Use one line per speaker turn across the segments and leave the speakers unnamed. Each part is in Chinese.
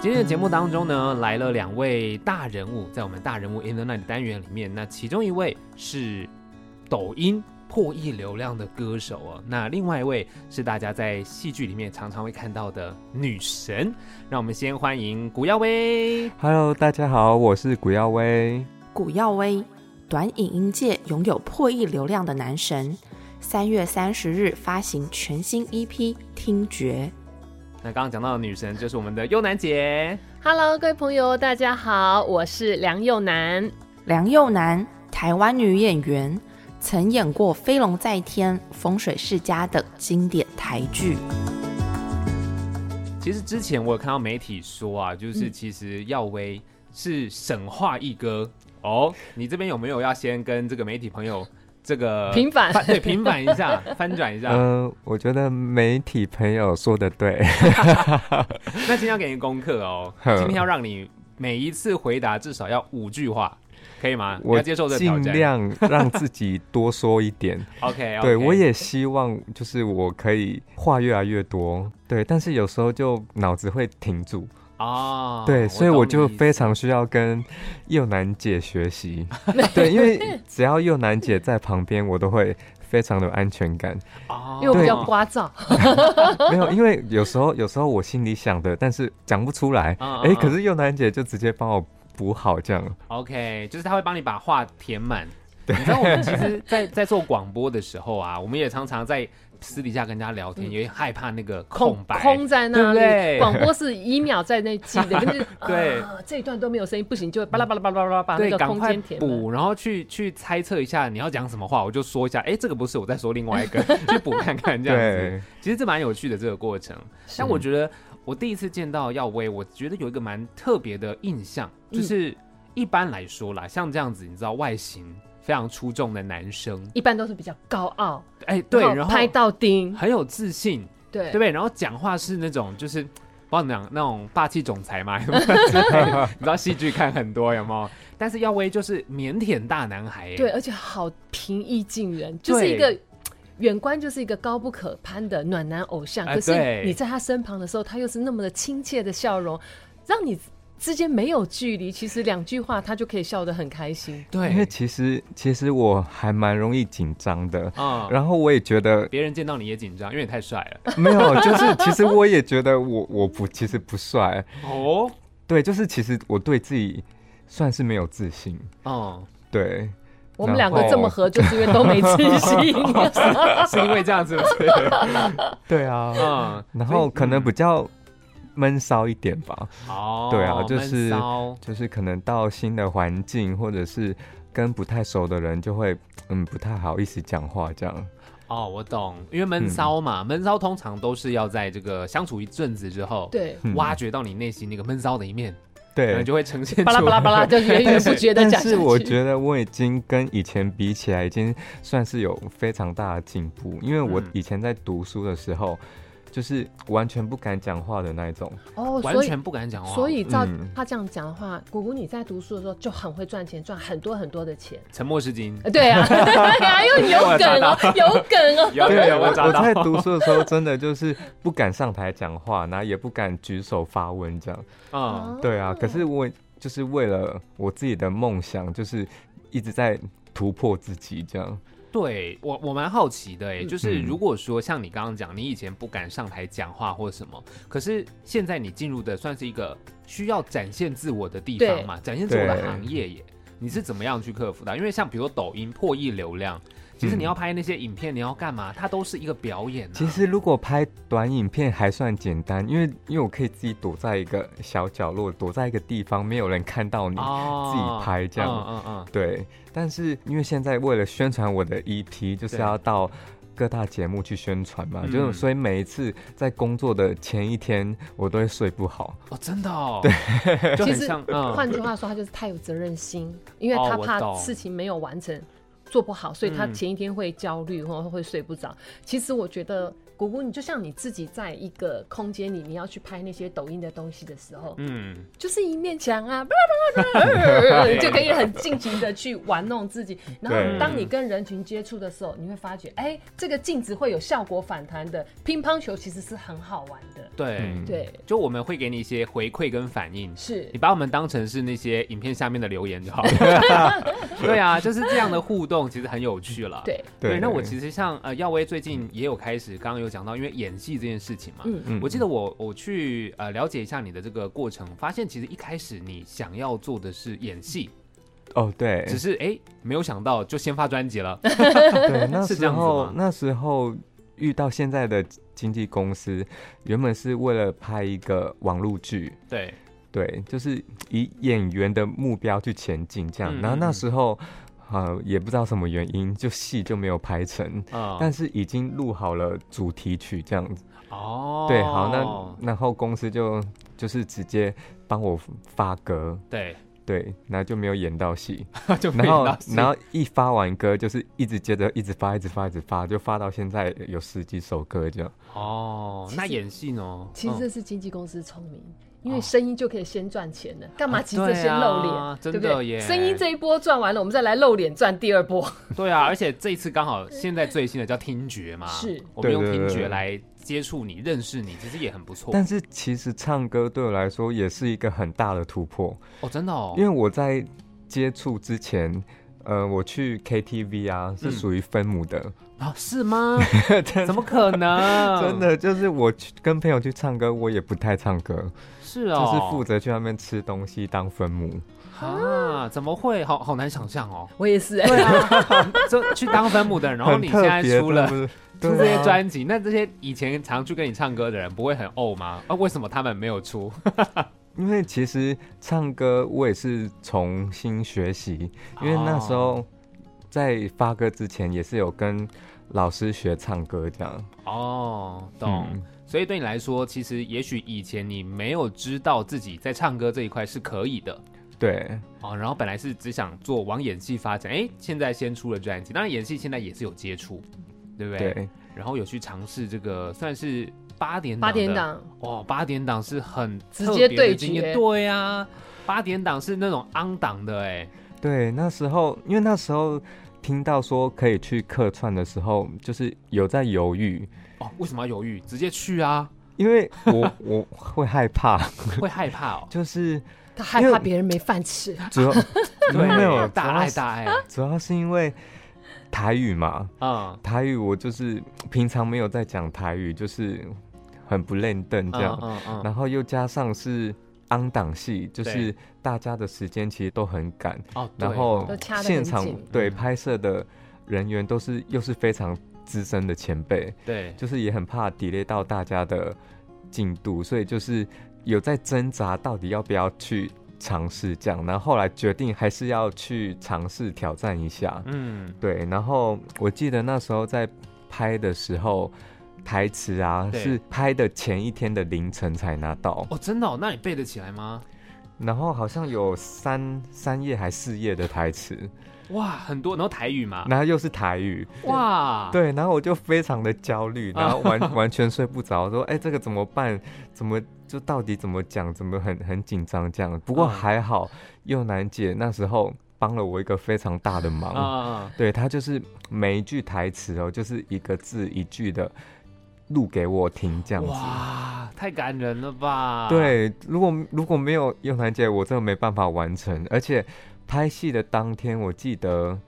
今天的节目当中呢，来了两位大人物，在我们大人物 in the night 的单元里面，那其中一位是抖音破亿流量的歌手哦，那另外一位是大家在戏剧里面常常会看到的女神。让我们先欢迎古耀威。
Hello，大家好，我是古耀威。
古耀威，短影音界拥有破亿流量的男神，三月三十日发行全新 EP《听觉
那刚刚讲到的女神就是我们的优楠姐。
Hello，各位朋友，大家好，我是梁佑南。》。
梁佑南，台湾女演员，曾演过《飞龙在天》《风水世家》等经典台剧。
其实之前我有看到媒体说啊，就是其实耀威是神话一哥哦。你这边有没有要先跟这个媒体朋友这个
平反
翻呃对平反一 下，翻转一下？
嗯、我觉得媒体朋友说 的对，
那今天要给你功课 哦，
呵
今天要让你每一次回答至少要五句话，可以吗？你
我
要接受这个挑
尽
战。
量让自己多说一 点。
OK，
对我也希望就是我可以话越来越多，对，但是有时候就脑子会停住，
哦，
对，所以我
懂
就
你意思
非常需要跟幼楠姐学习。 对，因为只要幼楠姐在旁边，我都会非常的有安全感。
哦
因为我比较
对
聒 噪，
没有，因为有时候有时候我心里想的，但是讲不出来。
嗯嗯
哎、
嗯
可是幼楠姐就直接帮我补好这样。
OK，就是他会帮你把话填满。你知道我们其实在，在做广播的时候啊，我们也常常在私底下跟人家聊天，
嗯
也会害怕那个
空
空白。
空在
对不
那
对
里，广播是一秒在那记 的，但是
对嗯
啊这一段都没有声音，不行，就巴拉巴拉巴拉巴拉把那
对，
个
赶
空
快
间填满。
补，然后去去猜测一下你要讲什么话，我就说一下，哎，这个不是，我再说另外一 个，去补看看这样子。
对，
其实这蛮有趣的这个过程。但我觉得我第一次见到耀威，我觉得有一个蛮特别的印象，就是一般来说啦，像这样子，你知道外形非常出众的男生，
一般都是比较高傲，
哎，对，然后
拍到钉，
很有自信，
对
对不对？然后讲话是那种就是。不知道讲那种霸气总裁嘛，有 没有之类的你知道戏剧看很多有没有？但是耀威就是腼腆大男孩耶，
对，而且好平易近人，就是一个远观就是一个高不可攀的暖男偶像。
啊
哎
可
对
是你在他身旁的时候，他又是那么的亲切的笑容，让你之间没有距离。其实两句话，他就可以笑得很开心。
因为
对，
其实其实我还蛮容易紧张的。
啊，
然后我也觉得
别人见到你也紧张，因为你太帅了
没有，就是其实我也觉得我我不其实不帅，
哦，
对，就是其实我对自己算是没有自信，
哦，
对，
我们两个这么合，就是因为都没自 信。
是因为这样子，是不是？
对啊，
嗯，
然后可能比较闷骚一点吧，
哦，
对啊就是
闷骚
就是可能到新的环境，或者是跟不太熟的人，就会嗯不太好意思讲话这样。
哦，我懂，因为
嗯
闷骚嘛，闷骚通常都是要在这个相处一阵子之后，，
对，
嗯
挖掘到你内心那个闷骚的一面，可能
对，
就会呈现
巴拉
出
巴拉 巴拉，就源源不绝的
但
讲下
是我
去。
觉得我已经跟以前比起来，已经算是有非常大的进步，因为我
嗯
以前在读书的时候，就是完全不敢讲话的那一种。
哦，
完
所以
全不敢讲话，
所以照
嗯
他这样讲的话，姑姑你在读书的时候就很会赚钱，赚很多很多的钱。
沉默是金。
呃对啊， 哎呦，有梗 哦，
啊
有梗哦。
有有
对，
有，
我
我找
我
到
在读书的时候，真的就是不敢上台讲话，然后也不敢举手发问这样。
嗯，
哦
对啊，可是我就是为了我自己的梦想，就是一直在突破自己这样。
对我我蛮好奇的哎，
嗯
就是如果说像你刚刚讲，你以前不敢上台讲话或什么，可是现在你进入的算是一个需要展现自我的地方嘛，展现自我的
对
行业耶，你是怎么样去克服的？啊因为像比如说抖音破亿流量，其实
嗯
你要拍那些影片，你要干嘛？它都是一个表演、啊。
其实如果拍短影片还算简单，因为因为我可以自己躲在一个小角落，躲在一个地方，没有人看到你，
哦
自己拍这样。
嗯嗯嗯，
对，但是因为现在为了宣传我的 EP，就是
对
要到各大节目去宣传嘛，
嗯
就是所以每一次在工作的前一天，我都会睡不好。
哦，真的哦，对，就
其
很
实
像，嗯
换句话说，他就是太有责任心，因为
哦
他
我
怕
懂
事情没有完成，做不好，所以他
嗯
前一天会焦虑，或者会睡不着。其实我觉得姑姑，你就像你自己在一个空间里，你要去拍那些抖音的东西的时候，
嗯，
就是一面墙啊，叭叭叭 叭就可以很尽情的去玩弄自己。然后
嗯
对
当你跟人群接触的时候，你会发觉，哎、这个镜子会有效果反弹的。乒乓球其实是很好玩的，
对，
嗯
对，
就我们会给你一些回馈跟反应，
是
你把我们当成是那些影片下面的留言就好 了。对啊，就是这样的互动，其实很有趣了。
对，
对，那我其实像呃耀威最近也有开始，刚刚有讲到，因为演戏这件事情嘛，
嗯
嗯
我记得我我去呃了解一下你的这个过程，发现其实一开始你想要做的是演戏，
哦，对，
只是哎没有想到就先发专辑 了，
对，那
是这
时
样子
候
吗
那时候遇到现在的经纪公司，原本是为了拍一个网络剧，
对，
对，就是以演员的目标去前进这样。
嗯
然后
嗯
那
嗯
时候，呃，也不知道什么原因，就戏就没有拍成，
啊、
但是已经录好了主题曲这样子。
哦，
对，好，那然后公司就就是直接帮我发歌，
对，
对，然后就没有演到戏。
就没
然后
想到是
然后一发完歌就是一直接着一直发，一直发，一直发，就发到现在有十几首歌这样。
哦，那演戏呢？
其实
嗯
这是经纪公司聪明。因
哦
为声音就可以先赚钱了，干嘛
啊
急着
对
先露脸，
啊真
对不
的耶
对？声音这一波赚完了，我们再来露脸赚第二波。
对啊，而且这一次刚好现在最新的叫听觉嘛，
是
我们用
对对
听
对
觉
对
来接触你、认识你，其实也很不错。
但是其实唱歌对我来说也是一个很大的突破，
哦，真的哦，
因为我在接触之前。呃，我去 KTV 啊，
嗯
是属于分母的，
啊是吗？
真
怎么可能？
真的就是我去跟朋友去唱歌，我也不太唱歌，
是
就
哦，
是负责去那边吃东西当分母。
啊？怎么会？好好难想象 哦。
我也 是、
对啊，就去当分母的人，然后
很
你
特
现在
别
出
真
了
的是
出这
对
些
啊
专辑，那这些以前常去跟你唱歌的人不会很怄吗？啊，为什么他们没有出？
因为其实唱歌我也是重新学习，因为那时候在发歌之前也是有跟老师学唱歌这样。
哦，懂。
嗯
所以对你来说，其实也许以前你没有知道自己在唱歌这一块是可以的。
对，
哦，然后本来是只想做往演戏发展，哎，现在先出了专辑，当然演戏现在也是有接触，对不对？
对，
然后有去尝试这个算是八点档
八
的
点档
哇，八点档是很
直
特
接
别的
对
经验
决
对啊，八点档是那种昂档的哎，
对，那时候因为那时候听到说可以去客串的时候，就是有在犹豫，
哦，为什么要犹豫？直接去啊，
因为 我我会害怕，。
会害怕哦
就是
他害
因
怕
为
别人没饭吃，
主要
对，
没有主
大
要
爱
是
大爱，
主要是因为台语嘛，
嗯，
台语我就是平常没有在讲台语，就是很不认凳这样。
嗯嗯嗯，
然后又加上是昂档戏，就
对
是大家的时间其实都很赶，
哦，对
然后
都掐得很
现场
紧
对
嗯
拍摄的人员都是又是非常资深的前辈，
对，
就是也很怕 delay 到大家的进度，所以就是有在挣扎到底要不要去尝试这样，然后后来决定还是要去尝试挑战一下，
嗯，
对，然后我记得那时候在拍的时候。台词啊，
对
是拍的前一天的凌晨才拿到，
哦，真的哦，那你背得起来吗？
然后好像有三三页还四页的台词，
哇，很多，然后台语嘛，
然后又是台语，
啊哇，
对，然后我就非常的焦虑，然后
啊
完完全睡不着，说哎、这个怎么办？怎么就到底怎么讲？怎么很很紧张这样？不过
嗯
还好，又楠姐那时候帮了我一个非常大的忙，
啊，
对她就是每一句台词哦，就是一个字一句的录给我听这样子。
哇，太感人了吧？，
对，如果如果没有幼楠姐，我真的没办法完成。而且拍戏的当天，我记得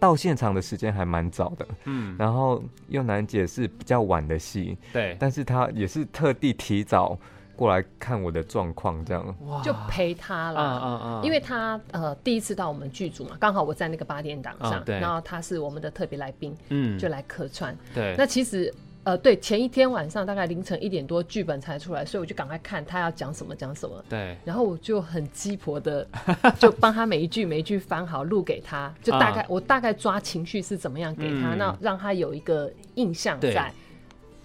到现场的时间还蛮早的，
嗯，
然后幼楠姐是比较晚的戏，
对，
但是她也是特地提早过来看我的状况，这样。
哇
就陪他
啊
啦。
啊啊，
因为他呃第一次到我们剧组嘛，刚好我在那个八点档上
嗯，对
然后他是我们的特别来宾，
嗯，
就来客串。
对，
那其实呃对，前一天晚上大概凌晨一点多剧本才出来，所以我就赶快看他要讲什么讲什么，
对，
然后我就很鸡婆的就帮他每一句每一句翻好录给他，就大概我大概抓情绪是怎么样给他，
啊嗯
那让他有一个印象
对
在。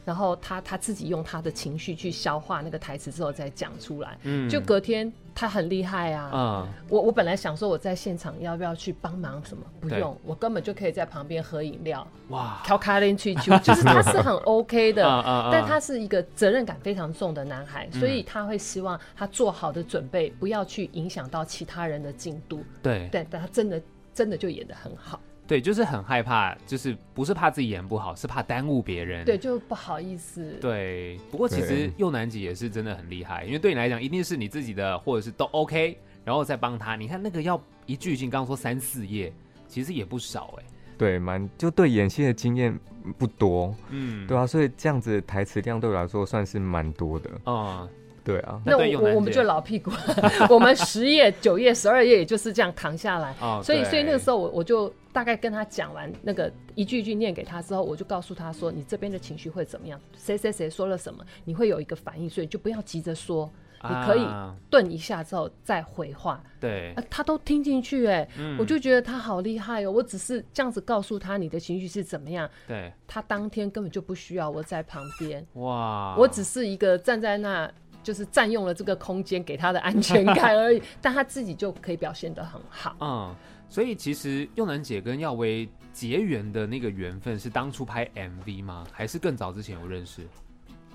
然后他他自己用他的情绪去消化那个台词之后再讲出来，
嗯
就隔天他很厉害啊。
啊、
我我本来想说我在现场要不要去帮忙什么，不
对
用，我根本就可以在旁边喝饮料，
哇，
调卡林去 就就是他是很 OK 的，
啊啊嗯啊
但他是一个责任感非常重的男孩，所以他会希望他做好的准备，不要去影响到其他人的进度。
对
但但他真的真的就演得很好，
对，就是很害怕，就是不是怕自己演不好，是怕耽误别人。
对，就不好意思。
对，不过其实
对
右南吉也是真的很厉害，因为对你来讲一定是你自己的，或者是都 OK，然后再帮他。你看那个要一句已经刚刚说三四页，其实也不少哎、
对，蛮就对演戏的经验不多，
嗯，
对啊，所以这样子的台词量对我来说算是蛮多的，
嗯，
对啊，
那
那
对永南
我我们
姐
就老屁股， 我们十页、九页、十二页也就是这样扛下来。
哦，
所以，所以那个时
候，
候我我就大概跟他讲完那个一句一句念给他之后，我就告诉他说，你这边的情绪会怎么样？谁谁谁说了什么，你会有一个反应，所以就不要急着说，你可以
啊嗯
顿一下之后再回话。
对
啊，他都听进去哎、
嗯
我就觉得他好厉害哦。我只是这样子告诉他你的情绪是怎么样，
对，
他当天根本就不需要我在旁边，
哇，
我只是一个站在那。就是占用了这个空间给他的安全感 而已，但他自己就可以表现得很好。
嗯，所以其实右南姐跟耀威结缘的那个缘分是当初拍 MV 吗？还是更早之前有认识？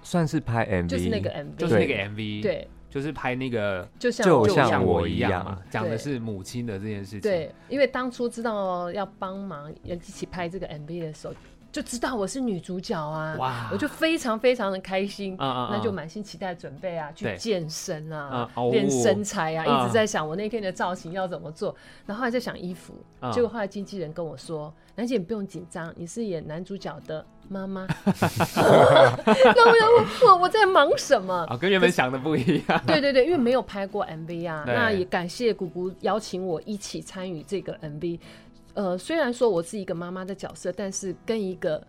算是拍哦 MV，
就是那个 MV，
就是那个
对
MV，，
对，
就是拍那个
就像
就
我
像
像
我
我
一
样
样
嘛，讲的是母亲的这件事情。
对，因为当初知道要帮忙要一起拍这个 MV 的时候，就知道我是女主角啊，
哇
我就非常非常的开心，
嗯嗯嗯
那就满心期待准备啊，去
对
健身啊
嗯，哦
练身材啊，
嗯
一直在想我那天的造型要怎么做，然后还在想衣服，
嗯
结果后来经纪人跟我说，楠姐你不用紧张，你是演男主角的妈妈， 那我想我我我在忙什么？
啊，跟原本想的不一样。
对对对，因为没有拍过 MV 啊，
对
那也感谢姑姑邀请我一起参与这个 MV。呃，虽然说我是一个妈妈的角色，但是跟一个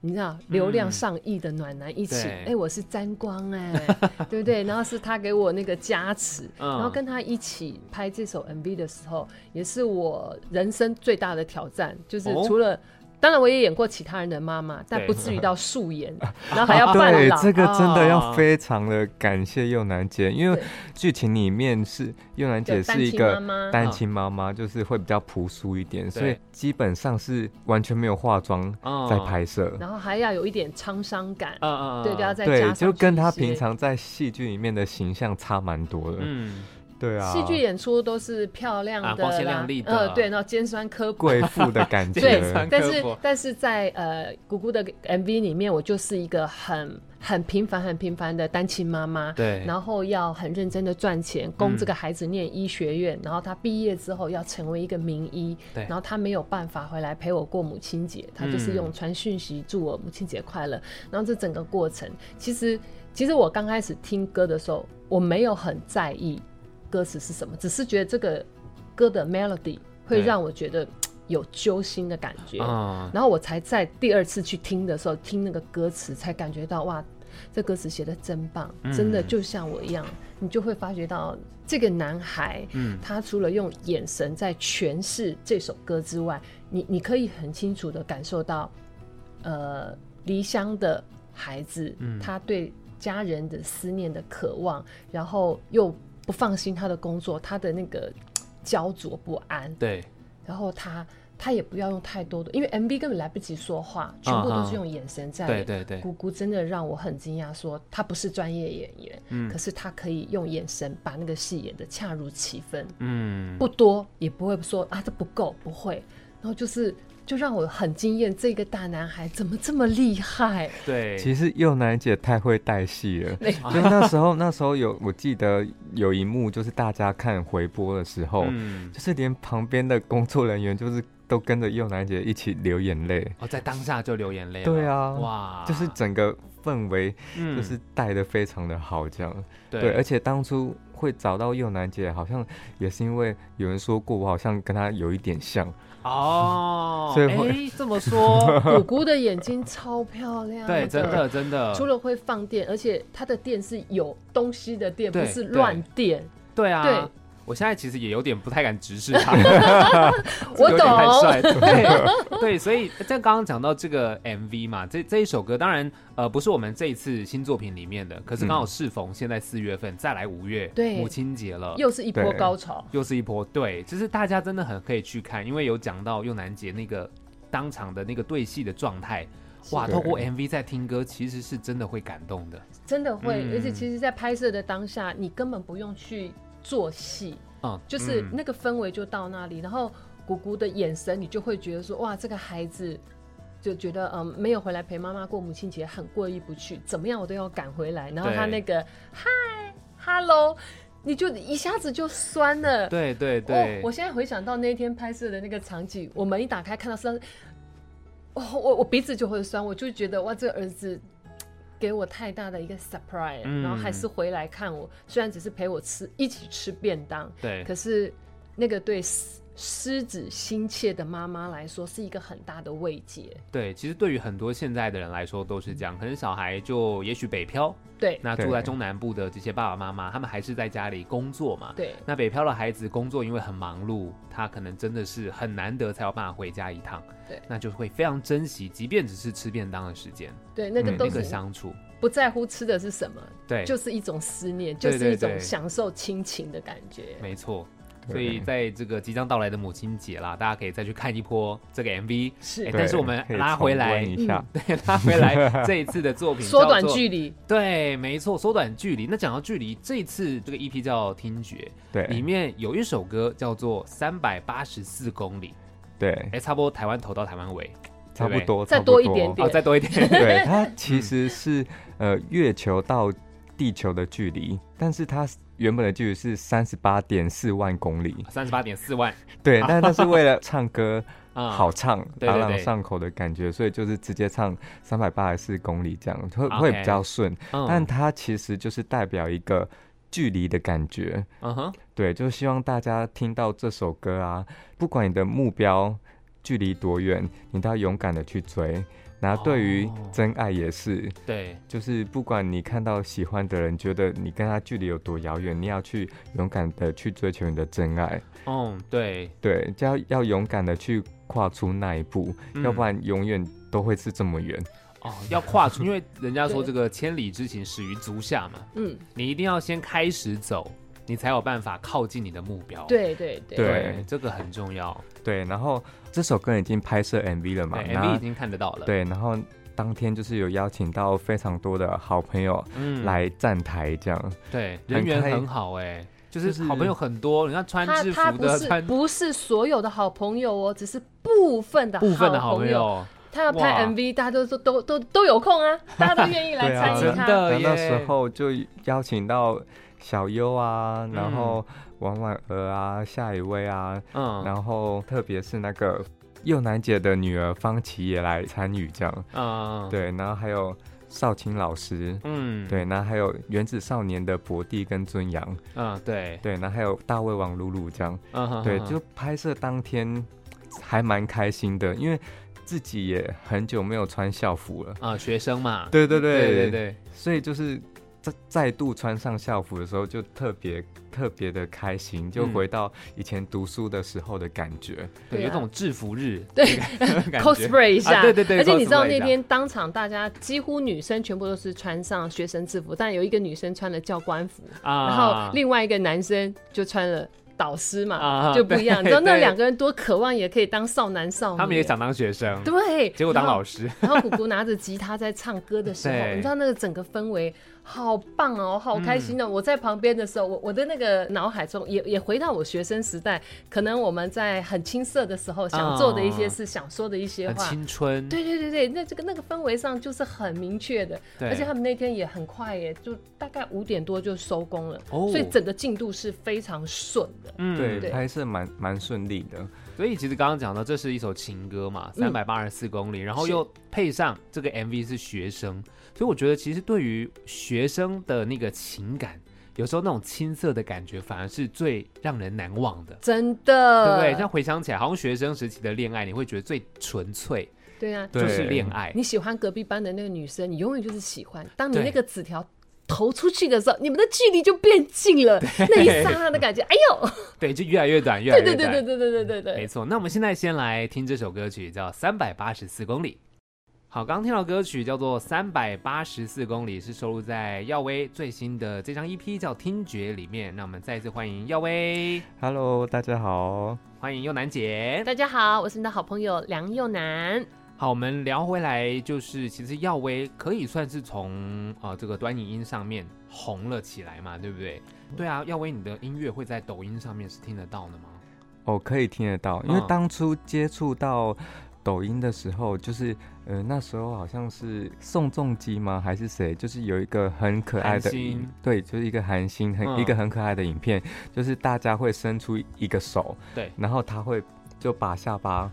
你知道流量上亿的暖男一起，
对
哎、我是沾光哎、对不对？然后是他给我那个加持，
嗯
然后跟他一起拍这首 MV 的时候，也是我人生最大的挑战，就是
哦
除了。当然，我也演过其他人的妈妈，但
对
不至于到素颜，然后还要扮
对
老。，
这个真的要
啊
非常的感谢右南姐，因为
对
剧情里面是右南姐
有单
是一
亲
个
妈妈
单亲妈妈，就是会比较朴素一点，所以
对
基本上是完全没有化妆
哦
在拍摄。
然后还要有一点沧桑感，
嗯嗯，嗯
对，都要再加
对，
上
就跟
去
她
一些
平常在戏剧里面的形象差蛮多的。
嗯，
对啊，
戏剧演出都是漂亮的啦、
啊光鲜亮丽的
呃，对，然后尖酸刻薄。
贵妇的感
对
觉，
酸
但
刻
是
薄
但是在呃姑姑的 MV 里面，我就是一个很很平凡、很平凡的单亲妈妈，
对，
然后要很认真的赚钱，供这个孩子念医学院，然后他毕业之后要成为一个名医，
对
然后他没有办法回来陪我过母亲节，他就是
嗯
用传讯息祝我母亲节快乐。然后这整个过程，其实其实我刚开始听歌的时候，我没有很在意歌词是什么，只是觉得这个歌的 melody 会
对
让我觉得嘖有揪心的感觉，
嗯，
然后我才在第二次去听的时候，听那个歌词，才感觉到哇，这歌词写的真棒，真的就像我一样，你就会发觉到这个男孩，
嗯
他除了用眼神在诠释这首歌之外，你你可以很清楚的感受到，呃，离乡的孩子，他对家人的思念的渴望，然后又不放心他的工作，他的那个焦灼不安，
对，
然后他他也不要用太多的，因为 MV 根本来不及说话，全部都是用眼神在。
啊对对对
姑姑真的让我很惊讶，说他不是专业演员，
嗯
可是他可以用眼神把那个戏演得恰如其分，
嗯，
不多也不会说啊这不够，不会，然后就是就让我很惊艳，这个大男孩怎么这么厉 害？
对，
其实幼男姐太会带戏了，
对
就那时候那时候有我记得有一幕就是大家看回播的时候，
嗯，
就是连旁边的工作人员就是都跟着幼男姐一起流眼泪，
哦，在当下就流眼泪了，
对啊
哇，
就是整个氛围
嗯
就是带的非常的好，这样、对，而
对，
且当初会找到幼男姐，好像也是因为有人说过我好像跟她有一点像，
哦，
所以会
哎，这么 说，
姑姑的眼睛超漂亮，
对，真的真的，
除了会放电，而且它的电是有东西的电，
对
不是乱电。
对啊
对，
我现在其实也有点不太敢直视 他，
我
有点太
懂，
帅。 对对，所以在刚刚讲到这个 MV 嘛，这这一首歌当然呃不是我们这一次新作品里面的，可是刚好适逢现在四月份，再来五月，
对
母亲节了。
又是一波
对
高潮。
又是一波，对，就是大家真的很可以去看，因为有讲到右南杰那个当场的那个对戏的状态，哇，
是
透过 MV 在听歌，其实是真的会感动的。
真的会，
嗯
而且其实，在拍摄的当下，你根本不用去做戏，
嗯，
就是
嗯
那个氛围就到那里，然后姑姑的眼神，你就会觉得说，哇，这个孩子就觉得嗯，没有回来陪妈妈过母亲节，很过意不去，怎么样我都要赶回来。然后他
对
那个嗨，hello，你就一下子就酸了。
对对
哦
对，，
我现在回想到那一天拍摄的那个场景，我门一打开看到是，哦，我我鼻子就会酸，我就觉得哇，这个儿子给我太大的一个 surprise，、
嗯
然后还是回来看我，虽然只是陪我吃一起吃便当，
对
可是那个对狮狮子心切的妈妈来说是一个很大的慰藉。
对，其实对于很多现在的人来说都是这样，可能小孩就也许北漂，
对
那住
对
在中南部的这些爸爸妈妈，他们还是在家里工作嘛。
对
那北漂的孩子工作因为很忙碌，他可能真的是很难得才有办法回家一趟，
对
那就会非常珍惜，即便只是吃便当的时间，
对，那个
嗯
都
那个
是
相处，
不在乎吃的是什么，
对，
就是一种思念，就
对
是一
对对
种享受亲情的感觉。
没错。
对
所以在这个即将到来的母亲节啦，大家可以再去看一波这个 MV，
是
哎
对
但是我们
可以
拉回
重
来
温一
嗯
下，
对，拉回 来这一次的作品，
缩短
叫做
距离，
对，没错，缩短距离。那讲到距离，这一次这个 EP 叫《听觉》，里
对
面有一首歌叫做《三百八十四公里》，
对，
哎，差不多台湾头到台湾尾，
差不多，
再
差不
多一点点
哦，再多一点，
对，它
嗯
其实是呃月球到地球的距离，但是它原本的距离是三十八点四万 公里。
三十八点四万
对，但但是为了唱歌
啊，
好唱、
对对
朗朗
对
上口的感觉，所以就是直接唱三百八十四公里这样，会
OK
会比较顺。
嗯，
但它其实就是代表一个距离的感觉。
嗯哼，
对，就是希望大家听到这首歌啊，不管你的目标距离多远，你都要勇敢的去追。然后对于
哦
真爱也是，
对，
就是不管你看到喜欢的人，觉得你跟他距离有多遥远，你要去勇敢的去追求你的真爱。
嗯，对，
对，就要要勇敢的去跨出那一步，
嗯
要不然永远都会是这么远。
哦，要跨出，因为人家说
对
这个千里之行始于足下嘛，
嗯，
你一定要先开始走，你才有办法靠近你的目标。
对对对，
对，这个很重要。
对，然后这首歌已经拍摄 MV 了嘛？
对
然后
，MV 已经看得到了。，
对，然后当天就是有邀请到非常多的好朋友
嗯，
来站台，这样。
对，
很
人缘
开
很好哎，就
就是
好朋友很多，人家穿
他
制
他
服
不
的，
是
穿
不是所有的好朋友哦，只是部分的
部分的好
好
朋
朋友。
友，啊
他要拍
哇
MV，大家都说都都都有空啊，大家都愿意来
对啊
参与
真
他。
的
那
哦耶，
那时候就邀请到小优啊，然
嗯
后婉婉儿啊，夏雨薇啊，
嗯
然后特别是那个幼楠姐的女儿方琦也来参与，这样。
嗯，
对，然后还有少卿老师。
嗯，
对，然后还有原子少年的博弟跟尊阳，
嗯对，
对，然后还有大胃王露露这样，
嗯哼
对，
哼
就拍摄当天还蛮开心的，因为自己也很久没有穿校服了，
啊学生嘛，
对对对
对对对，
所以就是再再度穿上校服的时候，就特别特别的开心，就
嗯
回到以前读书的时候的感觉。
对，
对啊
有一种制服日，
对
感觉
cosplay 一下、
啊对对对
而且你知道
cosplay 一
那
下
天当场大家几乎女生全部都是穿上学生制服，但有一个女生穿了教官服，
啊，
然后另外一个男生就穿了导师嘛，
啊
就不一样。
对
你知道那
对
两个人多渴望也可以当少男少女，
他们也想当学生，
对，
结果当
然后
老师，
然后姑姑拿着吉他在唱歌的时候，
对
你知道那个整个氛围好棒哦，好开心
嗯
哦！我在旁边的时候，我我的那个脑海中也也回到我学生时代，可能我们在很青涩的时候想做的一些事，想说的一
啊
些
很
话。
青春，
对对对对，那这个那个氛围上就是很明确的，
对
而且他们那天也很快耶，就大概五点多就收工了，
哦
所以整个进度是非常顺的。
嗯
对，
对
拍摄蛮蛮顺利的。
所以其实刚刚讲到，这是一首情歌嘛，
嗯
三百八十四公里，然后又配上这个 MV 是学生，所以我觉得其实对于学生的那个情感，有时候那种青涩的感觉，反而是最让人难忘的，
真的，
对不对？像回想起来，好像学生时期的恋爱，你会觉得最纯粹，
对啊，
对
就是恋爱
你喜欢隔壁班的那个女生，你永远就是喜欢。当你
对
那个纸条投出去的时候，你们的距离就变近了，那一刹那的感觉，哎 呦，
对，就越来越短，越来
对
越
对
短。
对对对对对 对
没
对，
错，那我们现在先来听这首歌曲，叫《三百八十四公里》。好，刚刚听到歌曲叫做《三百八十四公里》，是收录在耀威最新的这张 EP 叫《听觉》里面。那我们再一次欢迎耀威，
Hello，大家好。
欢迎又楠姐。
大家好，我是你的好朋友梁又南，
好，我们聊回来，就是其实耀威可以算是从呃这个短影音上面红了起来嘛，对不对？对啊，耀威，你的音乐会在抖音上面是听得到的吗？
哦，可以听得到，因为
嗯
当初接触到抖音的时候，就是呃那时候好像是宋仲基吗？还是谁？就是有一个很可爱的
韩星
影，对，就是一个韩星，很、
嗯
一个很可爱的影片，就是大家会伸出一个手，
对
然后他会就把下巴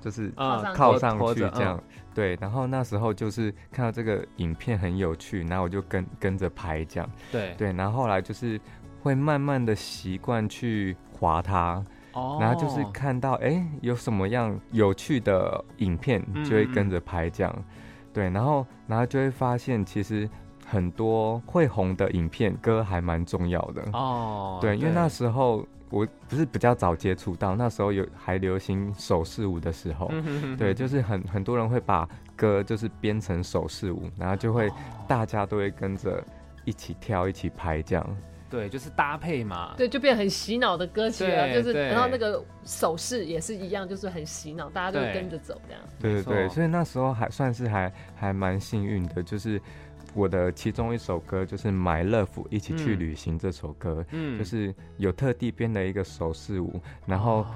就是
啊、
上
靠
拖
上
拖
去
着嗯
这样。对，然后那时候就是看到这个影片很有趣，然后我就跟跟着拍这样。
嗯对
对，然后后来就是会慢慢的习惯去划它，
哦
然后就是看到哎、诶有什么样有趣的影片
嗯，
就会跟着拍这样。对，然后然后就会发现其实很多会红的影片歌还蛮重要的。
哦，
对，因为那时候我不是比较早接触到，那时候有还流行手势舞的时候。
嗯哼哼
对，
哼
就是很很多人会把歌就是编成手势舞，然后就会
哦
大家都会跟着一起跳、一起拍这样。
对，就是搭配嘛。
对，就变很洗脑的歌曲了，
对
就是
对
然后那个手势也是一样，就是很洗脑，大家都
对
跟着走这样。
对对
没
对，
错
所以那时候还算是还还蛮幸运的，就是我的其中一首歌就是《My Love》一起去
嗯
旅行这首歌，
嗯
就是有特地编了一个手势舞，然后
哦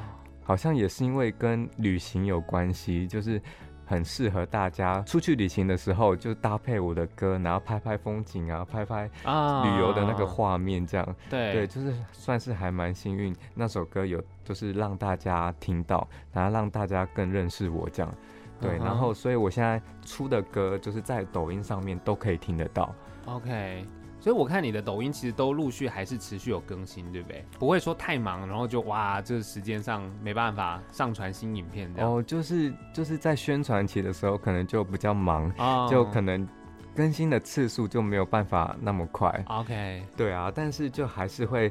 好像也是因为跟旅行有关系，就是。很适合大家出去旅行的时候，就搭配我的歌，然后拍拍风景啊，拍拍
啊
旅游的那个，画面，这样、对，
对
就是算是还蛮幸运。那首歌有就是让大家听到，然后让大家更认识我这样。对，
嗯哼
然后所以我现在出的歌就是在抖音上面都可以听得到。
嗯，OK。所以我看你的抖音其实都陆续还是持续有更新，对不对？不会说太忙，然后就哇，这时间上没办法上传新影片这样。
哦，就是就是在宣传期的时候，可能就比较忙，
哦
就可能更新的次数就没有办法那么快。
OK，
对啊，但是就还是会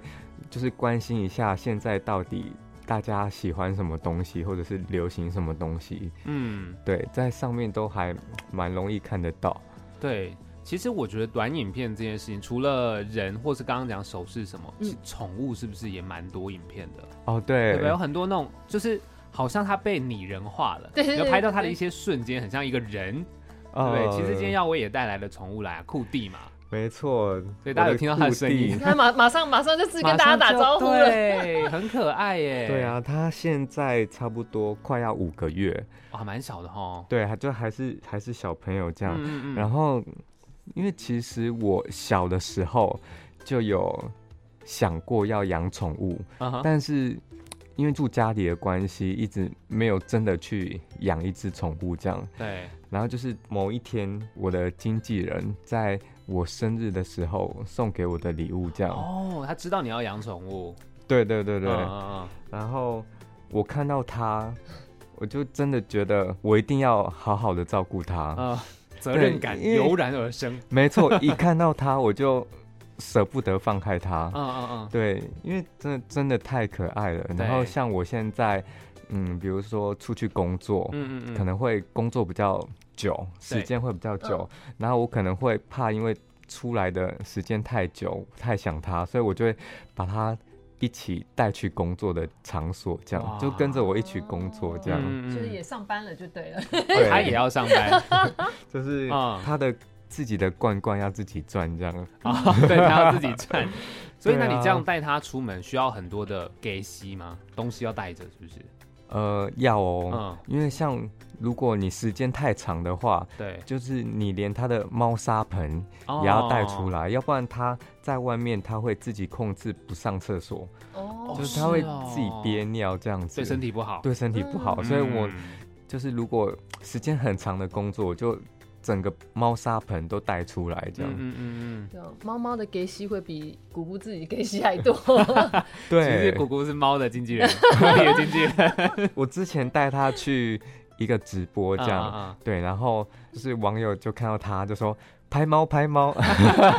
就是关心一下现在到底大家喜欢什么东西，或者是流行什么东西。
嗯，
对，在上面都还蛮容易看得到。
对。其实我觉得短影片这件事情，除了人或是刚刚讲手势什么，
嗯
是宠物是不是也蛮多影片的？
哦，对，
对不对？有很多那种就是好像它被拟人化了，
对对对
你就拍到它的
对
一些瞬间，很像一个人，
哦
对不对？其实今天耀威也带来了宠物来啊，酷弟嘛，
没错，
所以大家有
我的
听到他的声音
故地
你看，马马上马上就自己跟大家打招呼
马上就
了，
对，很可爱耶。
对，啊，他现在差不多快要五个月，
哇，蛮小的哈。
对，还就还是还是小朋友这样。
嗯
然后，因为其实我小的时候就有想过要养宠物，
嗯哼
但是因为住家里的关系，一直没有真的去养一只宠物这样。
对，
然后就是某一天，我的经纪人在我生日的时候送给我的礼物这样。
哦，他知道你要养宠物，
对对对对。
嗯嗯
然后我看到它，我就真的觉得我一定要好好的照顾它。
嗯嗯，责任感
哦因为
油然而生。
没 错，一看到它我就舍不得放开它。
嗯嗯嗯，
对，因为真的真的太可爱了。然后
对
像我现在，嗯，比如说出去工作，
嗯嗯嗯，
哦可能会工作比较久，
对嗯
时间会比较久，然后我可能会怕因为出来的时间太久，太想它，所以我就会把它。一起带去工作的场所，这
哇
样就跟着我一起工作，这样、
嗯
就是
嗯
也上班了就对了。
嗯，
对，
他也要上班
就是
嗯
他的自己的罐罐要自己转，这样
啊， 对他要自己 赚。所以，那
对
你
啊
这样带他出门，需要很多的给息吗？东西要带着，是不是？
呃要哦，
嗯，
因为像如果你时间太长的话，
对，
就是你连他的猫砂盆
哦
也要带出。来，要不然他在外面他会自己控制不上厕所，
哦，
就是他会
嗯是哦
自己憋尿这样子，
对身体不好。
对身体不好，
嗯，
所以我就是如果时间很长的工作，我就整个猫砂盆都带出来这样，
嗯嗯嗯
对哦猫猫的给息会比姑姑自己给息还多，
嗯，其实
对
姑，姑是猫的经纪人，猫的经纪人，
我之前带他去一个直播这样。
啊
对，然后就是网友就看到他就说：“拍猫拍猫，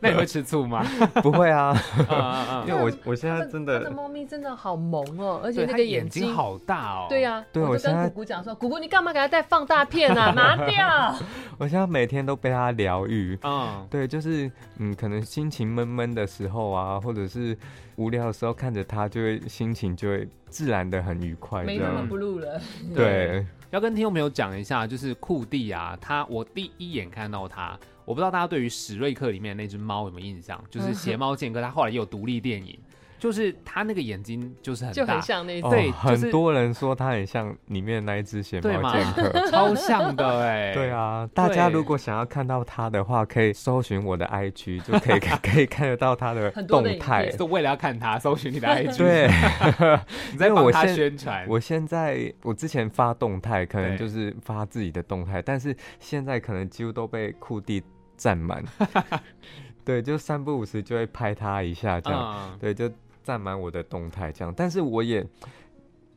那你会吃醋吗？
不会啊，
嗯嗯嗯
因为我我现
它
在
的
真
它的
的
猫咪真的好萌哦，而且
对，
那
它
个
眼
睛
睛。好大哦。
对、啊呀、
对
我
我
就跟
现在
姑姑讲说，姑姑你干嘛给它戴放大片 啊？拿掉。
我现在每天都被它疗愈。
嗯，
对，就是嗯，可能心情闷闷的时候啊，或者是无聊的时候，看着它就会心情就会自然的很愉快
哎
这
没
啊
那么
样。
blue 了。
对，
要跟听众朋友讲一下，就是酷弟啊，他我第一眼看到他，我不知道大家对于史瑞克里面的那只猫有没有印象，就是
嗯
邪猫剑哥，他后来也有独立电影，就是他那个眼睛就是很
就
大，
很像那
哦
种。
对就是
很多人说它很像里面那一只血
对
猫
嘛
剑 客。
超像的哎、
对，啊，大家如果想要看到他的话，可以搜寻我的 IG，就 可以可以看得到他的
很多的
动态
影片。
是为了要看他，搜寻你的 IG，
对，
你在
因为
帮
我
他
现
宣传。
我现在我之前发动态，可能
对
就是发自己的动态，但是现在可能几乎都被库地 占满。对，就三不五时就会拍他一下这样。
嗯，
对，就占满我的动态这样。但是我也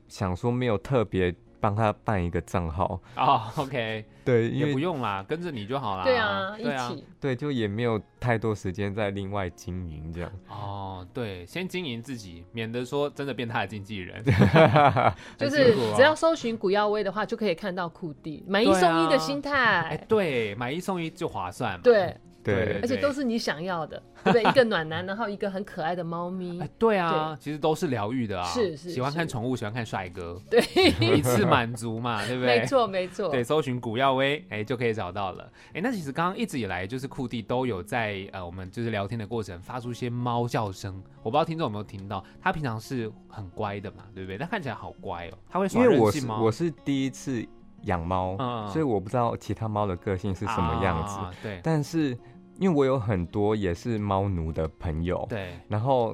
想说，没有特别帮他办一个账号，
哦，OK，
对，因
也不
为
用啦，跟着你就好啦。
对啊，一
对啊，
起。
对，就也没有太多时间在另外经营这样。
哦，对，先经营自己，免得说真的变他的经纪人，
就
很
是
辛苦哦
只要搜寻古药威的话，就可以看到库蒂买一
对啊
送一的心
哎，
态，
对，买一送一就划算嘛。
对，
对
对
而且都是你想要的，对不对？一个暖男，然后一个很可爱的猫咪
哎，，对啊，其实都是疗愈的啊，
是是
喜欢看
是
宠物，喜欢看帅哥，
对，
一次满足 嘛，对不对？
没错没错，
对，搜寻古耀威，哎，就可以找到了。哎，那其实刚刚一直以来，就是酷弟都有在呃，我们就是聊天的过程发出一些猫叫声，我不知道听众有没有听到。他平常是很乖的嘛，对不对？他看起来好乖哦，他会耍
因为
任
我
性
是
吗？
我是第一次养猫，
嗯
所以我不知道其他猫的个性是什么样子。
啊对
但是因为我有很多也是猫奴的朋友，
对，
然后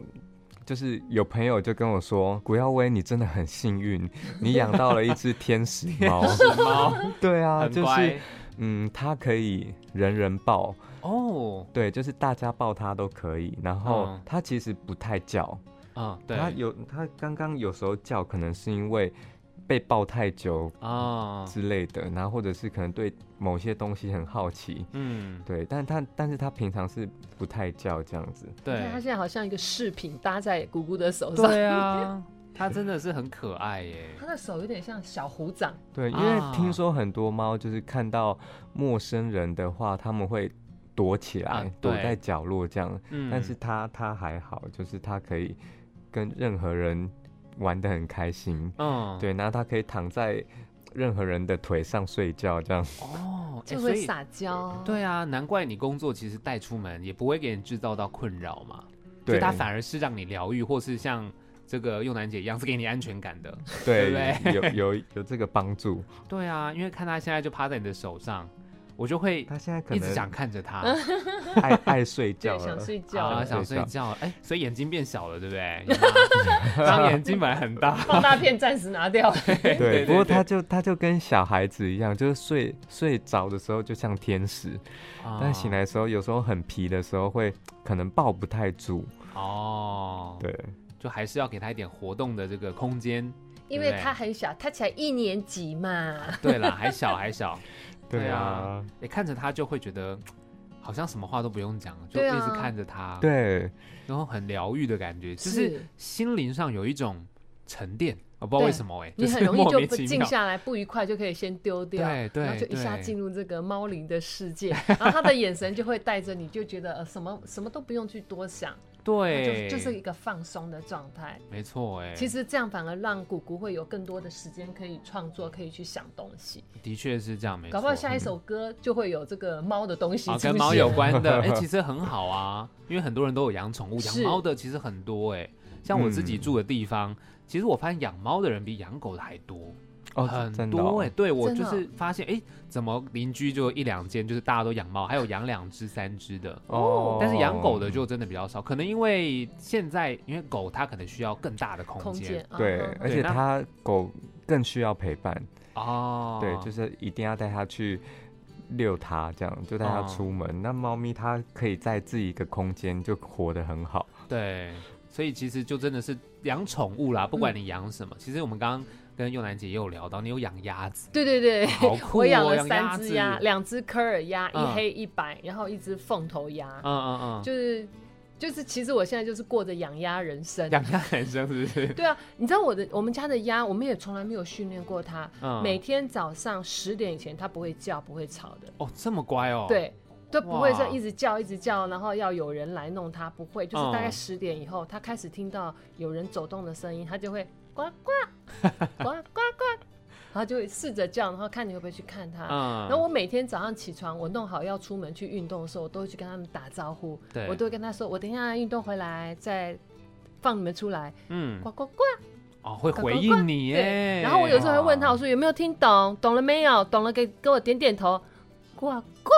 就是有朋友就跟我说：“古耀威，你真的很幸 运，你养到了一只天使猫。
猫
对啊，
很
就是
乖
嗯，它可以人人抱，
哦，
对，就是大家抱它都可以。然后
嗯
它其实不太叫，
嗯，对，
它有它刚刚有时候叫，可能是因为被抱太久
啊，
之类的，然后或者是可能对某些东西很好奇。
嗯，
对，但它但是它平常是不太叫这样子。
你看
对
它，现在好像一个饰品搭在姑姑的 手上，
对 啊，它真的是很可爱耶。
它的手有点像小虎掌，
对，因为
啊
听说很多猫就是看到陌生人的话，它们会躲起来，
啊
躲
对
在角落这样。
嗯，
但是它它还好，就是它可以跟任何人玩得很开心。
嗯，
对，那它可以躺在任何人的腿上睡觉这样。
哦，哎
就
所
会
以
撒娇，
对啊，难怪你工作其实带出门也不会给人制造到困扰嘛，就
对
它反而是让你疗愈，或是像这个幼楠姐一样是给你安全感的。对
对
不，
有有有这个帮助。
对啊，因为看它现在就趴在你的手上，我就会
它现在可
一直想
能
看着 它，
爱爱睡觉
对，
了
想。睡觉
啊，
了，
想睡
睡
觉，哎，所以眼睛变小了，对不对？ 有吗当眼睛本来很大，
放大片暂时拿掉，
对
对，不过
哎对
它就它就跟小孩子一样，就是睡睡着的时候就像天使，
啊
但醒来的时候，有时候很皮的时候会可能抱不太住，
哦，
对，
就还是要给他一点活动的这个空间。
因为
对
它很小，它才一年级嘛，
对啦，还小还小，对
对
啊
啊，
你看着他就会觉得好像什么话都不用讲，就
对
一
啊
直看着他，，
对，
然后很疗愈的感觉，就是
是
心灵上有一种沉淀，我不知道
对
为什么哎，
你
就
很
是
容易
莫
就
名
不
其
静
妙，
下来，不愉快就可以先丢 掉，
对对
然后就一下
对
进入这个猫灵的 世界，然后他的眼神就会带着你，就觉得呃什么什么都不用去多想，
对，
就就是一个放松的状态。
没错哎，
其实这样反而让姑姑会有更多的时间可以创作，可以去想东西，
的确是这样，没错，
搞不好下一首歌就会有这个猫的东西
啊
出现。
跟猫有关 的，哎，其实很好啊，因为很多人都有养宠物，养
是
猫的其实很多哎，像我自己
嗯
住的地方，其实我发现养猫的人比养狗的还多。
哦，
很
真的
多
哦
哎、对我
真
就
的
是发现哎、怎么邻居就一两间，就是大家都养猫，还有养两只、三只的，
哦
但是养狗的就真的比较少，可能因为现在因为狗它可能需要更大的
空
空
间
间，
对
啊，
而且
那
它狗更需要陪伴，
哦，
对，就是一定要带它去遛它，这样就带
啊
它出门。那猫咪它可以在自己一个空间就活得很好，
嗯
对，所以其实就真的是养宠物啦，不管你养什么，其实我们刚刚跟佑兰姐也有聊到，你有养鸭 子，
对对对，
好酷哦
我养了
养鸭
三
子
只鸭，两只科尔鸭，
嗯
一黑一白，然后一只凤头鸭，
嗯嗯嗯，
就是就是，其实我现在就是过着养鸭人生。
养鸭很生是不是？
对啊，你知道我的我们家的鸭，我们也从来没有训练过它。
嗯
每天早上十点以前，它不会叫，不会吵的，
哦，这么乖哦，，
对，都不会
哇
说一直叫一直叫，然后要有人来弄它，不会。就是大概
嗯
十点以后，它开始听到有人走动的声音，它就会呱 呱呱呱呱，然后就会试着叫，然后看你会不会去看它。
嗯，
然后我每天早上起床，我弄好要出门去运动的时候，我都会去跟他们打招呼，
对
我都会跟他说，我等一下运动回来再放你们出来，
嗯
呱呱呱。
哦会
呱呱
回
呱
应你耶
对，，然后我有时候会问他，我说有没有听懂，懂了没有？懂了给给我点点头，呱呱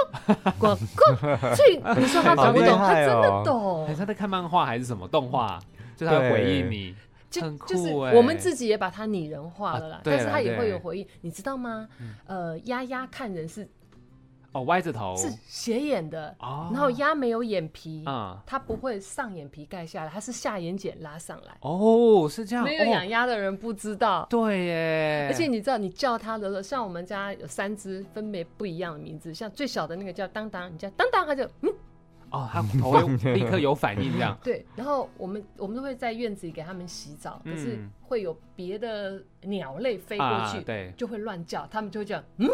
呱呱。所以你说他
好
懂不
厉
懂？他
害
真
哦
的懂
还是，哎他在看漫画还是什么动画，就他会
对
回应你，很
就
酷
就是
欸
我们自己也把它拟人化了啦
啊，对
但是
啦
他也
对嗯
会有回应，你知道吗？呃，丫丫看人是
哦歪着头，
是斜眼的，
哦
然后鸭没有眼皮，
啊
它不会上眼皮盖下来，它是下眼睑拉上来。
哦是这样，
没有
哦
养鸭的人不知道。
对耶，
而且你知道，你叫它的时候，像我们家有三只分别不一样的名字，像最小的那个叫当当，你叫当当，它就嗯
哦他头会立刻有反应这样，
对。然后我们我们都会在院子里给它们洗澡，可是
嗯
会有别的鸟类飞过
啊
去，
对
就会乱叫，它们就会这样嗯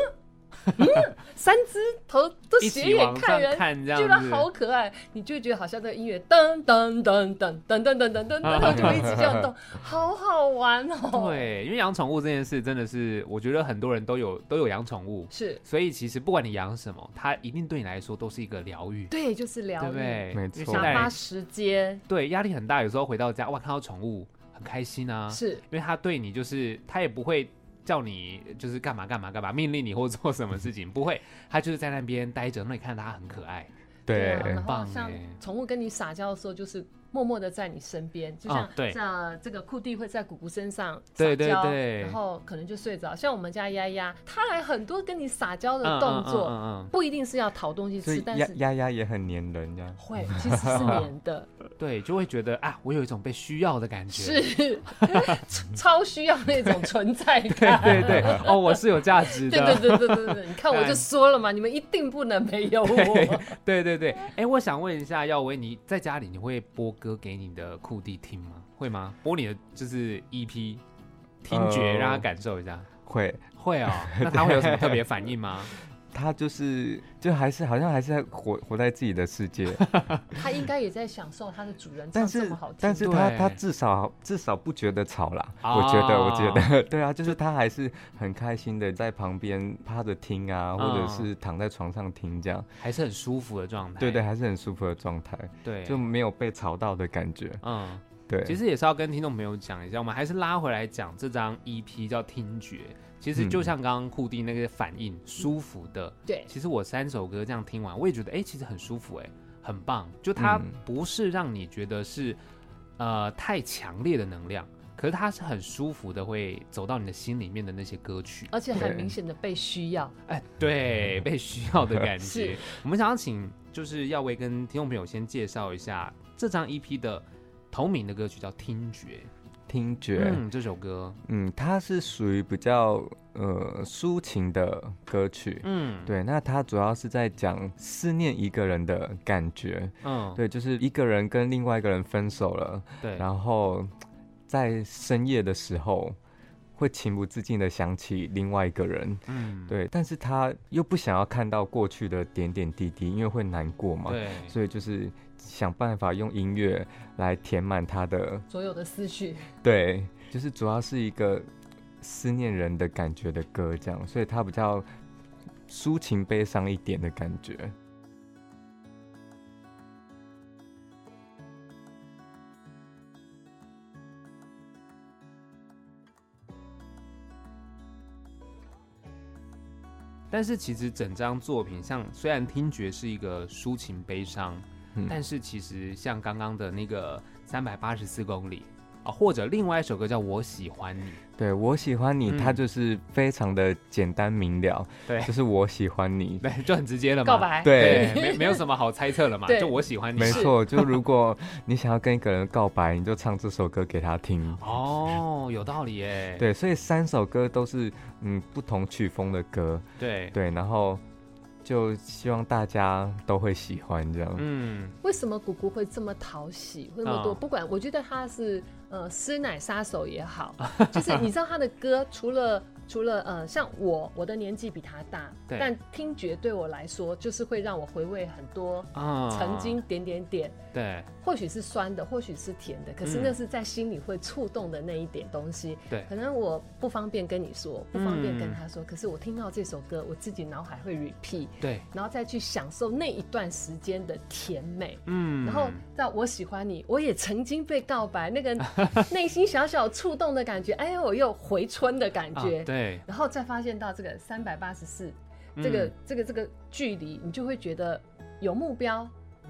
嗯，三只头都
一
斜
起
眼
往上
看人，
看这样
觉
子
得，好可爱，你就觉得好像那个音乐噔噔噔噔噔噔噔噔噔，然后就会一直这 样动，好好玩 哦。，
对，因为养宠物这件事真的是，我觉得很多人都有都有养宠物，
是，
所以其实不管你养什么，它一定对你来说都是一个疗愈，
对，就是疗
对不
愈，
对？
没
因为
错
现代
打发
人
时间
对压力很大，有时候回到家哇，看到宠物很开心啊，
是
因为它对你就是它也不会。叫你就是干嘛干嘛干嘛，命令你或做什么事情，不会，它就是在那边待着，那你看它很可爱，
对
对
啊，然后
棒
像
欸
宠物跟你撒娇的时候，就是默默的在你身边，就像
啊对
像这个酷弟会在姑姑身上撒
对对
娇，
对
然后可能就睡着。像我们家丫丫，她还很多跟你撒娇的
嗯
动作，
嗯嗯
不一定是要讨东西
所
吃，
以
但
丫
是
丫丫也很黏人这样。
会其实是黏的。
嗯对，就会觉得啊，我有一种被需要的感觉，
是超需要那种存在
对
感。
对对，哦，我是有价值的，
对对对对对对，你看我就说了嘛，你们一定不能没有我。
对对对，哎、我想问一下，耀威，你在家里你会播歌给你的酷弟听吗？会吗？播你的就是 EP 听觉，
呃
让他感受一下。
会，
会哦，那他会有什么特别反应吗？
他就是就还是好像还是在活活在自己的世 界，
他应该也在享受他的主人唱
但
这
是
么好听，
但是他
对
他至少至少不觉得吵啦，
啊
我觉得我觉得 对啊，就是他还是很开心的在旁边趴着听啊，或者
嗯
是躺在床上听这样，
还是很舒服的状态。
对对，还是很舒服的状态，
对，
就没有被吵到的感觉，
嗯，
对，
其实也是要跟听众朋友讲一下，我们还是拉回来讲这张 EP 叫《听觉》。其实就
嗯
像刚刚酷弟那个反应，舒服的。
对
其实我三首歌这样听完，我也觉得哎、诶其实很舒服哎、诶很棒。就它
嗯
不是让你觉得是呃太强烈的能量，可是它是很舒服的，会走到你的心里面的那些歌曲。
嗯
而且很
对
明显的被需要。
哎，对，被需要的感觉
是。
我们想要请就是耀威跟听众朋友先介绍一下这张 EP 的同名的歌曲叫《听觉》。
听觉，
嗯，这首歌，
嗯，它是属于比较呃抒情的歌曲。
嗯，
对，那它主要是在讲思念一个人的感觉，
嗯，
对，就是一个人跟另外一个人分手了，
对，
然后在深夜的时候，会情不自禁的想起另外一个人，
嗯，
对，但是他又不想要看到过去的点点滴滴，因为会难过嘛，
对，
哦所以就是想办法用音乐来填满他的，
所有的思绪，
对，就是主要是一个思念人的感觉的歌，这样，所以他比较抒情悲伤一点的感觉。
但是其实整张作品像，虽然听觉是一个抒情悲伤，
嗯
但是其实像刚刚的那个三百八十四公里，啊，或者另外一首歌叫《我喜欢你》，
对我喜欢你，
嗯
它就是非常的简单明了，
对
就是我喜欢你。
对，就很直接了嘛。
告白，
对
对， 没没有什么好猜测了嘛，
对
就我喜欢你。
没错，就如果你想要跟一个人告白，你就唱这首歌给他听。
哦，有道理耶。
对，所以三首歌都是嗯不同曲风的歌，
对，
对，然后就希望大家都会喜欢这样。
嗯，
为什么姑姑会这么讨喜，会那么多？
哦
不管，我觉得她是呃师奶杀手 也好，就是你知道她的歌，除了除了呃像我，我的年纪比她大，
对
但听觉对我来说，就是会让我回味很多
啊，
曾经点点点，
对
或许是酸的，或许是甜的，可是
啊嗯
那是在心里会触动的那一点东西。
对
可能我不方便跟你说，不方
嗯
便跟他说，可是我听到这首歌，我自己脑海会 repeat，
对，
然后再去享受那一段时间的甜美。
嗯，
然后到我喜欢你，我也曾经被告白，那 个内心小小触动的感觉，哎，我又回春的感
啊
觉。，
对，
然后再发现到这个三百八十四，这个、
嗯
这个这个距离，你就会觉得有目标、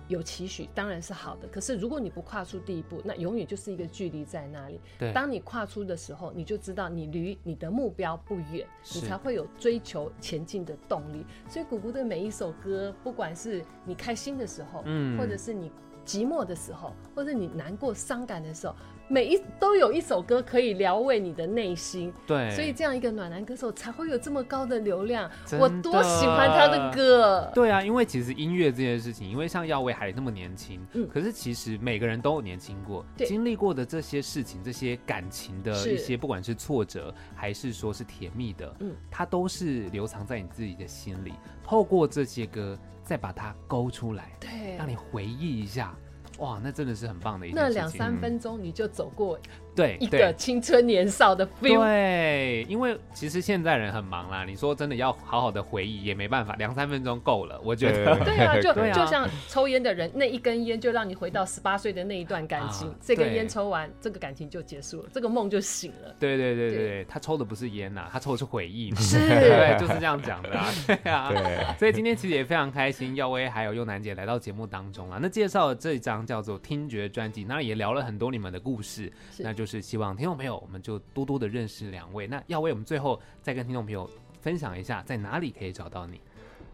有期许，当然是好的。可是如果你不跨出第一步，那永远就是一个距离在那里。
对，
当你跨出的时候，你就知道你离你的目标不远，
是
你才会有追求前进的动力。所以，谷谷的每一首歌，不管是你开心的时候，
嗯
或者是你寂寞的时候，或者你难过、伤感的时候，每一都有一首歌可以疗慰你的内心。
对，
所以，这样一个暖男歌手才会有这么高的流量。
真的
我多喜欢他的歌。
对啊，因为其实音乐这件事情，因为像耀威还那么年轻，
嗯
可是其实每个人都有年轻过，
对
经历过的这些事情、这些感情的
是
一些，不管是挫折还是说是甜蜜的，嗯
嗯，
它都是留藏在你自己的心里，透过这些歌再把它勾出来，
对
让你回忆一下，哇，那真的是很棒的一件
那
事情。嗯
两三分钟你就走过
对
一
对
个青春年少的 feel。
对，因为其实现在人很忙啦，你说真的要好好的回忆也没办法，两三分钟够了，我觉得。
对 啊，就
对啊
就像抽烟的人，那一根烟就让你回到十八岁的那一段感情，
啊
这根
对
烟抽完，这个感情就结束了，这个梦就醒了。
对对对对
对
对，他抽的不是烟呐、他抽的是回忆嘛。
是
对，就是这样讲的啊。对啊。
对，
所以今天其实也非常开心，耀威还有佑楠姐来到节目当中啊。那介绍这一张叫做《听觉》专辑，那也聊了很多你们的故事，
是
那就是希望听众朋友我们就多多的认识两位。那耀威，我们最后再跟听众朋友分享一下，在哪里可以找到你？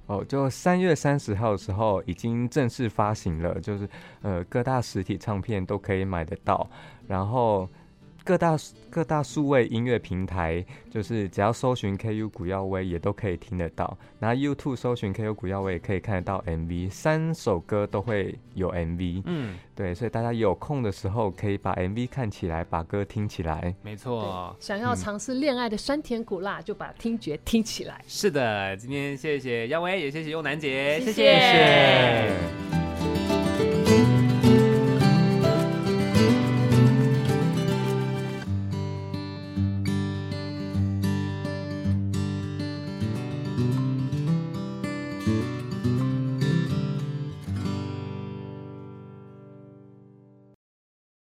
哦，就三月三十号的时候已经正式发行了，就是呃各大实体唱片都可以买得到，然后各大各大数位音乐平台，就是只要搜寻 KU 古耀威也都可以听得到，然后 YouTube 搜寻 KU 古耀威也可以看得到 MV，三首歌都会有 MV，
嗯，
对，所以大家有空的时候可以把 MV 看起来，把歌听起来。
没错。
想要尝试恋爱的酸甜苦辣，就把听觉听起来。
是的，今天谢谢耀威，也谢谢佑楠姐，
谢谢
谢
谢
谢谢